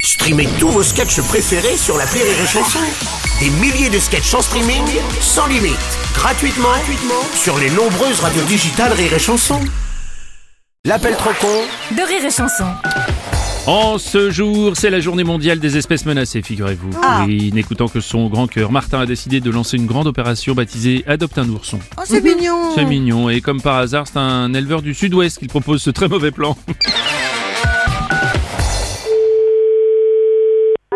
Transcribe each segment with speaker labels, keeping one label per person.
Speaker 1: Streamez tous vos sketchs préférés sur la Rire et Chanson. Des milliers de sketchs en streaming, sans limite, gratuitement, gratuitement sur les nombreuses radios digitales Rire et Chanson. L'appel trop con
Speaker 2: de rire et chanson.
Speaker 3: En ce jour, c'est la journée mondiale des espèces menacées, figurez-vous.
Speaker 4: Ah.
Speaker 3: Oui, n'écoutant que son grand cœur, Martin a décidé de lancer une grande opération baptisée Adopte un ourson.
Speaker 4: Oh, c'est mignon
Speaker 3: C'est mignon, et comme par hasard, c'est un éleveur du sud-ouest qui propose ce très mauvais plan.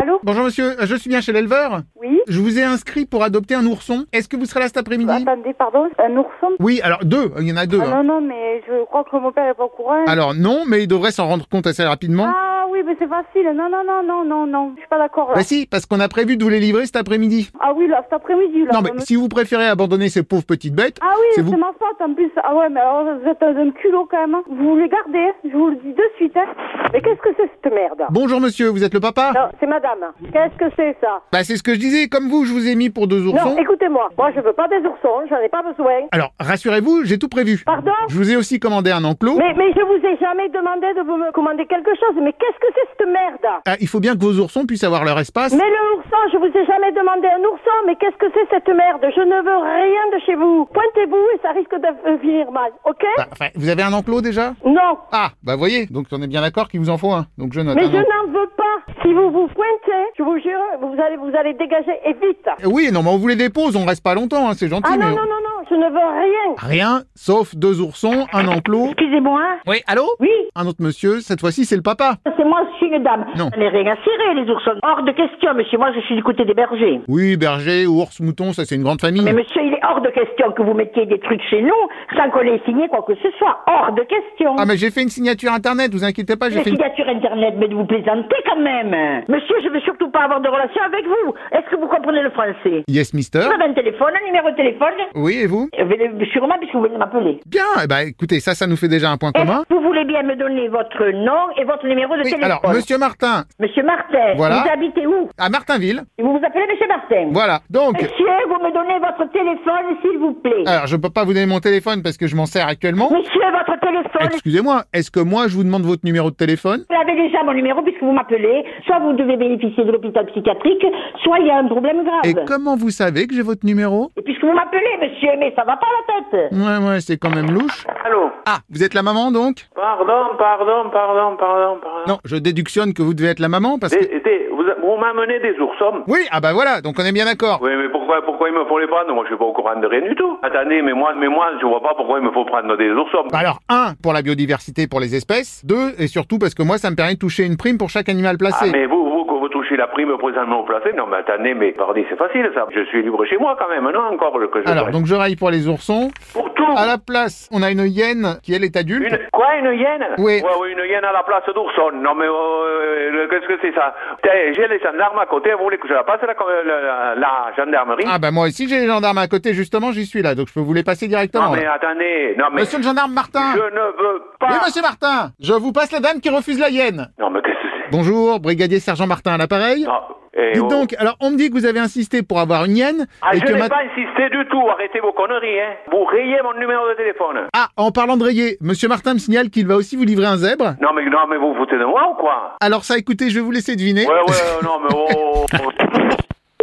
Speaker 5: Allô
Speaker 6: Bonjour monsieur, Euh, je suis bien chez l'éleveur.
Speaker 5: Oui
Speaker 6: Je vous ai inscrit pour adopter un ourson. Est-ce que vous serez là cet après-midi
Speaker 5: Attendez, pardon, un ourson
Speaker 6: Oui, alors deux, il y en a deux.
Speaker 5: Bah, Ah
Speaker 6: hein.
Speaker 5: non, non, mais je crois que mon père est pas au courant.
Speaker 6: Alors non, mais il devrait s'en rendre compte assez rapidement.
Speaker 5: Ah oui, mais c'est facile. Non, non, non, non, non, non. Je suis pas d'accord là.
Speaker 6: Bah si, parce qu'on a prévu de vous les livrer cet après-midi.
Speaker 5: Ah oui, là, cet après-midi, là.
Speaker 6: Non
Speaker 5: ça me-
Speaker 6: mais si vous préférez abandonner ces pauvres petites bêtes,
Speaker 5: Ah oui,
Speaker 6: c'est
Speaker 5: c'est
Speaker 6: vous.
Speaker 5: ma faute en plus. Ah ouais, mais alors vous êtes un, un culot quand même. hein. Vous les gardez, hein. je vous le dis de suite. Hein. Mais qu'est-ce que c'est cette merde
Speaker 6: Bonjour monsieur, vous êtes le papa
Speaker 5: Non, c'est madame. Qu'est-ce que c'est ça
Speaker 6: Bah c'est ce que je disais, comme vous, je vous ai mis pour deux oursons.
Speaker 5: Non, écoutez-moi. Moi, je veux pas des oursons, j'en ai pas besoin.
Speaker 6: Alors rassurez-vous, j'ai tout prévu.
Speaker 5: Pardon
Speaker 6: Je vous ai aussi commandé un enclos.
Speaker 5: Mais, mais je vous ai jamais demandé de vous me commander quelque chose. Mais qu'est-ce que c'est cette merde
Speaker 6: Ah, il faut bien que vos oursons puissent avoir leur espace.
Speaker 5: Mais le ourson, je vous ai jamais demandé un ourson, mais qu'est-ce que c'est cette merde Je ne veux rien de chez vous. Pointez-vous et ça risque de euh, finir mal, ok
Speaker 6: Bah, enfin, vous avez un enclos déjà
Speaker 5: Non,
Speaker 6: Ah, bah voyez, donc on est bien d'accord qu'il vous en faut un. Donc je note.
Speaker 5: mais
Speaker 6: un
Speaker 5: je
Speaker 6: enclos.
Speaker 5: n'en veux pas. Si vous vous pointez, je vous jure, vous allez vous allez dégager et vite.
Speaker 6: Oui, non, mais on vous les dépose, on reste pas longtemps, hein, c'est gentil.
Speaker 5: Ah non,
Speaker 6: mais
Speaker 5: non, non, non, je ne veux rien.
Speaker 6: Rien, sauf deux oursons, un enclos.
Speaker 7: Excusez-moi.
Speaker 6: Oui, allô
Speaker 7: Oui,
Speaker 6: Un autre monsieur, cette fois-ci c'est le papa.
Speaker 7: c'est moi, je suis une dame.
Speaker 6: Non.
Speaker 7: On n'est rien à cirer, les oursons. Hors de question, monsieur. Moi, je suis du côté des bergers.
Speaker 6: Oui, berger, ours, mouton, ça c'est une grande famille.
Speaker 7: Mais monsieur, il est hors de question que vous mettiez des trucs chez nous sans qu'on ait signé quoi que ce soit. Hors de question.
Speaker 6: Ah, mais j'ai fait une signature internet, vous inquiétez pas, j'ai
Speaker 7: La
Speaker 6: fait une...
Speaker 7: signature Internet, mais vous plaisantez quand même. Monsieur, je veux surtout pas avoir de relation avec vous. Est-ce que vous comprenez le français
Speaker 6: Yes, mister.
Speaker 7: Vous avez un téléphone, un numéro de téléphone
Speaker 6: Oui, et vous
Speaker 7: Euh, venez- Sûrement, puisque vous venez m'appeler.
Speaker 6: Bien, eh ben écoutez, ça, ça nous fait déjà un point
Speaker 7: Est-ce
Speaker 6: commun.
Speaker 7: que vous voulez bien me donner votre nom et votre numéro de
Speaker 6: Oui,
Speaker 7: téléphone
Speaker 6: alors, monsieur Martin,
Speaker 7: Monsieur Martin,
Speaker 6: Voilà.
Speaker 7: vous habitez où
Speaker 6: à Martinville,
Speaker 7: Vous vous appelez Monsieur Martin
Speaker 6: voilà. Donc,
Speaker 7: Monsieur, vous me donnez votre téléphone, s'il vous plaît.
Speaker 6: alors je peux pas vous donner mon téléphone parce que je m'en sers actuellement.
Speaker 7: Monsieur, votre téléphone.
Speaker 6: Excusez-moi, est-ce que moi je vous demande votre numéro de téléphone
Speaker 7: Vous avez déjà mon numéro puisque vous m'appelez. Soit vous devez bénéficier de l'hôpital psychiatrique, soit il y a un problème grave.
Speaker 6: Et comment vous savez que j'ai votre numéro
Speaker 7: Et puisque vous m'appelez, monsieur, mais ça va pas la tête.
Speaker 6: Ouais, ouais, c'est quand même louche.
Speaker 8: Allô
Speaker 6: Ah, vous êtes la maman donc
Speaker 8: Pardon, pardon, pardon, pardon, pardon.
Speaker 6: Non, je déductionne que vous devez être la maman parce que...
Speaker 8: Des- des- vous vous m'amenez des oursons
Speaker 6: Oui, ah bah voilà, donc on est bien d'accord.
Speaker 8: Oui, mais pourquoi, pourquoi il me faut les prendre Moi, je suis pas au courant de rien du tout. Attendez, mais moi, mais moi je vois pas pourquoi il me faut prendre des oursons.
Speaker 6: Bah alors, un, pour la biodiversité, pour les espèces. Deux, et surtout parce que moi, ça me permet de toucher une prime pour chaque animal
Speaker 8: Ah,
Speaker 6: placé.
Speaker 8: mais vous, vous, quand vous touchez la prime présentement au placé, non, mais attendez, mais pardon, c'est facile ça. Je suis libre chez moi quand même, non encore le que je
Speaker 6: Alors,
Speaker 8: reste.
Speaker 6: donc je raille pour les oursons.
Speaker 8: Pour tout
Speaker 6: À la place, on a une hyène qui, elle, est adulte.
Speaker 8: Une... Quoi, une hyène
Speaker 6: Oui.
Speaker 8: Ouais, ouais, une hyène à la place d'ourson. Non, mais euh, le- qu'est-ce que c'est ça Putain, J'ai les gendarmes à côté, vous voulez que je la passe la, la, la gendarmerie
Speaker 6: Ah bah moi aussi, j'ai les gendarmes à côté, justement, j'y suis là, donc je peux vous les passer directement.
Speaker 8: Non, Ah, mais
Speaker 6: là.
Speaker 8: attendez, non, mais.
Speaker 6: Monsieur le gendarme Martin
Speaker 8: Je ne veux pas.
Speaker 6: Oui, monsieur Martin Je vous passe la dame qui refuse la hyène
Speaker 8: Non, mais qu'est-ce que c'est
Speaker 6: Bonjour, brigadier sergent Martin à l'appareil.
Speaker 8: Non, eh,
Speaker 6: Dites
Speaker 8: oh.
Speaker 6: donc, alors on me dit que vous avez insisté pour avoir une hyène
Speaker 8: Ah,
Speaker 6: et
Speaker 8: je
Speaker 6: que
Speaker 8: n'ai
Speaker 6: ma-
Speaker 8: pas insisté du tout. Arrêtez vos conneries, hein. Vous rayez mon numéro de téléphone.
Speaker 6: Ah, en parlant de rayer, monsieur Martin me signale qu'il va aussi vous livrer un zèbre.
Speaker 8: Non, mais, non, mais vous vous foutez de moi ou quoi
Speaker 6: Alors ça, écoutez, je vais vous laisser deviner.
Speaker 8: oh. Ouais, ouais, non, mais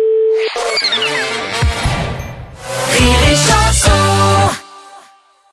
Speaker 8: oh.